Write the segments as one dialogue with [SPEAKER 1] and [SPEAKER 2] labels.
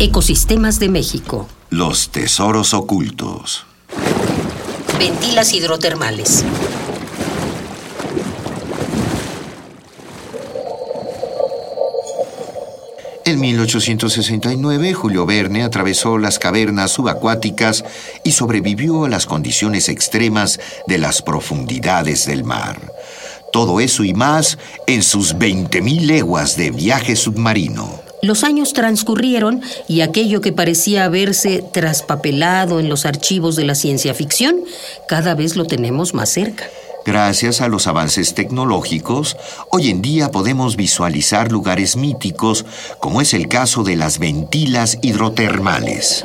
[SPEAKER 1] Ecosistemas de México.
[SPEAKER 2] Los tesoros ocultos.
[SPEAKER 1] Ventilas hidrotermales.
[SPEAKER 2] En 1869, Julio Verne atravesó las cavernas subacuáticas y sobrevivió a las condiciones extremas de las profundidades del mar. Todo eso y más en sus 20.000 leguas de viaje submarino.
[SPEAKER 1] Los años transcurrieron y aquello que parecía haberse traspapelado en los archivos de la ciencia ficción, cada vez lo tenemos más cerca.
[SPEAKER 2] Gracias a los avances tecnológicos, hoy en día podemos visualizar lugares míticos, como es el caso de las ventilas hidrotermales.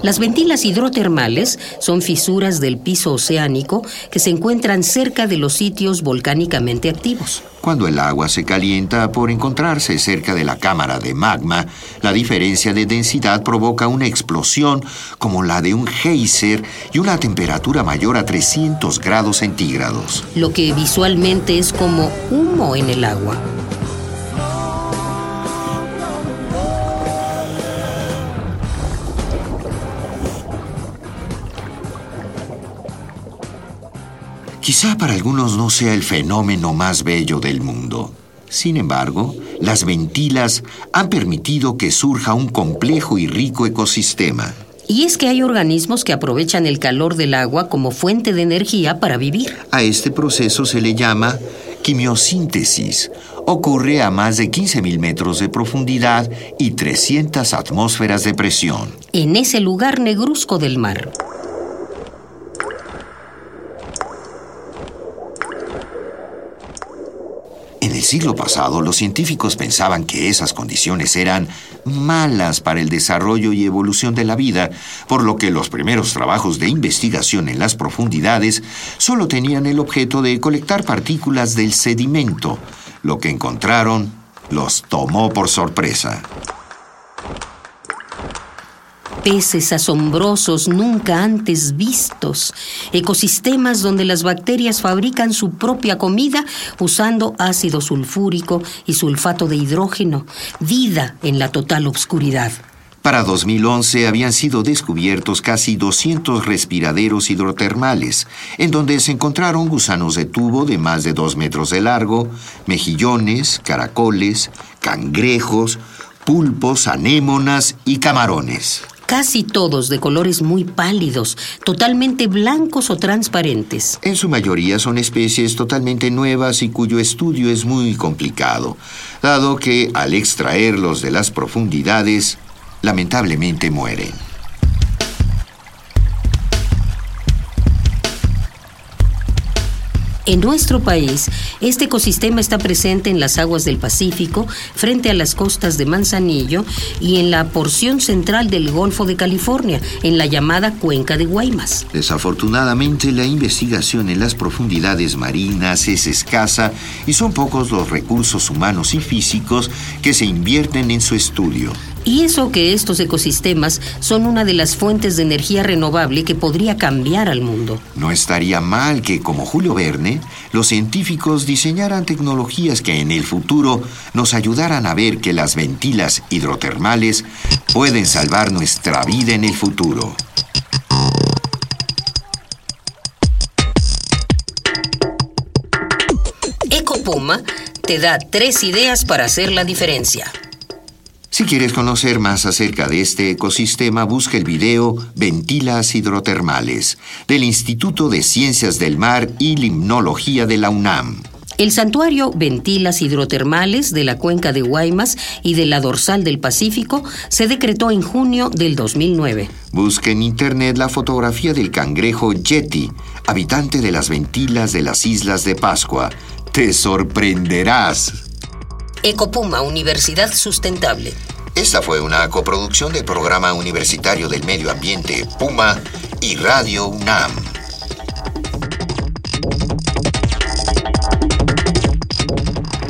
[SPEAKER 1] Las ventilas hidrotermales son fisuras del piso oceánico que se encuentran cerca de los sitios volcánicamente activos.
[SPEAKER 2] Cuando el agua se calienta por encontrarse cerca de la cámara de magma, la diferencia de densidad provoca una explosión como la de un geyser y una temperatura mayor a 300 grados centígrados.
[SPEAKER 1] Lo que visualmente es como humo en el agua.
[SPEAKER 2] Quizá para algunos no sea el fenómeno más bello del mundo. Sin embargo, las ventilas han permitido que surja un complejo y rico ecosistema.
[SPEAKER 1] Y es que hay organismos que aprovechan el calor del agua como fuente de energía para vivir.
[SPEAKER 2] A este proceso se le llama quimiosíntesis. Ocurre a más de 15.000 metros de profundidad y 300 atmósferas de presión.
[SPEAKER 1] en ese lugar negruzco del mar.
[SPEAKER 2] En el siglo pasado, los científicos pensaban que esas condiciones eran malas para el desarrollo y evolución de la vida, por lo que los primeros trabajos de investigación en las profundidades solo tenían el objeto de colectar partículas del sedimento. Lo que encontraron los tomó por sorpresa.
[SPEAKER 1] Peces asombrosos nunca antes vistos, ecosistemas donde las bacterias fabrican su propia comida usando ácido sulfúrico y sulfato de hidrógeno, vida en la total obscuridad.
[SPEAKER 2] Para 2011 habían sido descubiertos casi 200 respiraderos hidrotermales, en donde se encontraron gusanos de tubo de más de 2 metros de largo, mejillones, caracoles, cangrejos, pulpos, anémonas y camarones.
[SPEAKER 1] Casi todos de colores muy pálidos, totalmente blancos o transparentes.
[SPEAKER 2] En su mayoría son especies totalmente nuevas y cuyo estudio es muy complicado, dado que al extraerlos de las profundidades, lamentablemente mueren.
[SPEAKER 1] En nuestro país, este ecosistema está presente en las aguas del Pacífico, frente a las costas de Manzanillo y en la porción central del Golfo de California, en la llamada Cuenca de Guaymas.
[SPEAKER 2] Desafortunadamente, la investigación en las profundidades marinas es escasa y son pocos los recursos humanos y físicos que se invierten en su estudio.
[SPEAKER 1] Y eso que estos ecosistemas son una de las fuentes de energía renovable que podría cambiar al mundo.
[SPEAKER 2] No estaría mal que, como Julio Verne, los científicos diseñaran tecnologías que en el futuro nos ayudaran a ver que las ventilas hidrotermales pueden salvar nuestra vida en el futuro.
[SPEAKER 1] Ecopuma te da tres ideas para hacer la diferencia.
[SPEAKER 2] Si quieres conocer más acerca de este ecosistema, busca el video Ventilas Hidrotermales del Instituto de Ciencias del Mar y Limnología de la UNAM.
[SPEAKER 1] El santuario Ventilas Hidrotermales de la cuenca de Guaymas y de la dorsal del Pacífico se decretó en junio del 2009.
[SPEAKER 2] Busca en internet la fotografía del cangrejo Yeti, habitante de las ventilas de las Islas de Pascua, Te sorprenderás.
[SPEAKER 1] Ecopuma, Universidad Sustentable.
[SPEAKER 2] Esta fue una coproducción del Programa Universitario del Medio Ambiente Puma y Radio UNAM.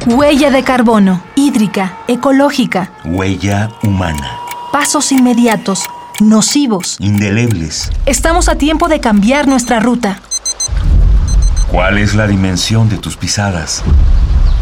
[SPEAKER 3] Huella de carbono, hídrica, ecológica,
[SPEAKER 4] Huella humana.
[SPEAKER 3] pasos inmediatos, nocivos.
[SPEAKER 4] Indelebles.
[SPEAKER 3] Estamos a tiempo de cambiar nuestra ruta.
[SPEAKER 4] ¿Cuál es la dimensión de tus pisadas?